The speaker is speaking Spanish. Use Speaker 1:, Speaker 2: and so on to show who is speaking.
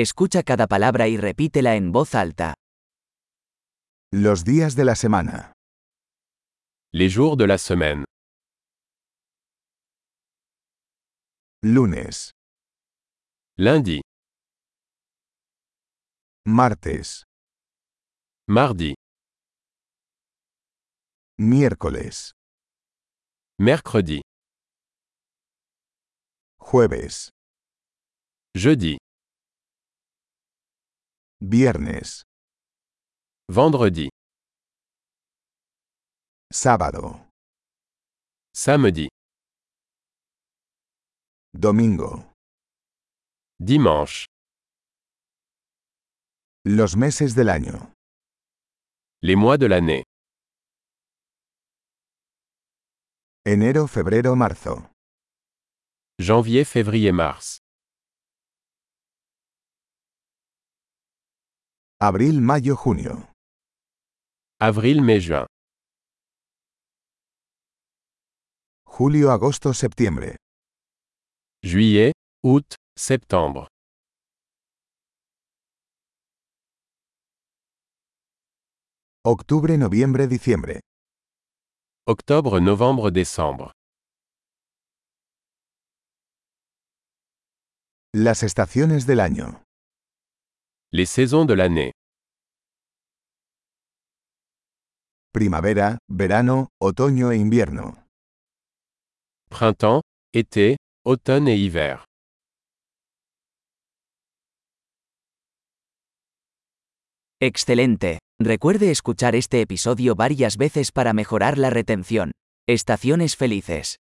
Speaker 1: Escucha cada palabra y repítela en voz alta.
Speaker 2: Los días de la semana.
Speaker 3: Les jours de la semaine.
Speaker 2: Lunes,
Speaker 3: Lundi,
Speaker 2: martes,
Speaker 3: mardi,
Speaker 2: miércoles,
Speaker 3: mercredi,
Speaker 2: jueves,
Speaker 3: jeudi,
Speaker 2: viernes,
Speaker 3: vendredi,
Speaker 2: sábado,
Speaker 3: samedi,
Speaker 2: domingo.
Speaker 3: dimanche.
Speaker 2: Los meses del año.
Speaker 3: Les mois de l'année.
Speaker 2: Enero, febrero, marzo.
Speaker 3: Janvier, février, mars.
Speaker 2: Abril, mayo, junio.
Speaker 3: Avril, mai, juin.
Speaker 2: Julio, agosto, septiembre.
Speaker 3: Juillet, août, septembre.
Speaker 2: Octubre, noviembre, diciembre.
Speaker 3: Octobre, novembre, décembre.
Speaker 2: Las estaciones del año.
Speaker 3: Les saisons de l'année.
Speaker 2: Primavera, verano, otoño e invierno.
Speaker 3: Printemps, été, automne et hiver.
Speaker 1: Excelente. Recuerde escuchar este episodio varias veces para mejorar la retención. Estaciones felices.